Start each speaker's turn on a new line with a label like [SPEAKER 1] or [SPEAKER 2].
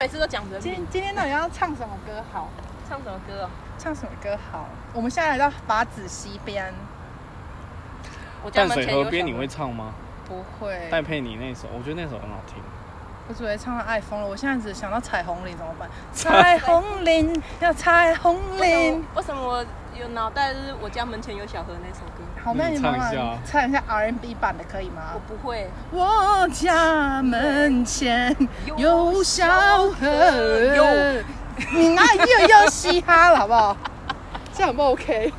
[SPEAKER 1] 每次都讲人
[SPEAKER 2] 今
[SPEAKER 1] 名，
[SPEAKER 2] 今天到底要唱什么歌好？
[SPEAKER 1] 唱什么歌、哦？
[SPEAKER 2] 唱什么歌好？我们现在来到法子溪边，
[SPEAKER 1] 我家
[SPEAKER 3] 淡
[SPEAKER 1] 门
[SPEAKER 3] 水
[SPEAKER 1] 前有
[SPEAKER 3] 河边
[SPEAKER 1] 小
[SPEAKER 3] 你
[SPEAKER 1] 河
[SPEAKER 3] 会唱吗？
[SPEAKER 2] 不会，
[SPEAKER 3] 戴佩妮那首，我觉得那首很好听。
[SPEAKER 2] 我只会唱到爱疯了。我现在只想到彩虹铃怎 么办？彩虹铃要彩虹 铃。
[SPEAKER 1] 为什么我有脑袋就是我家门前有小河那首歌？
[SPEAKER 2] 好，那你
[SPEAKER 3] 你
[SPEAKER 2] 帮
[SPEAKER 3] 唱
[SPEAKER 2] 忙
[SPEAKER 3] 一下啊
[SPEAKER 2] 唱一下 R&B 版的可以吗
[SPEAKER 1] 我？不会。
[SPEAKER 2] 我家门前有小河，
[SPEAKER 1] 有
[SPEAKER 2] 你那又又嘻哈了好不好？这样不 OK？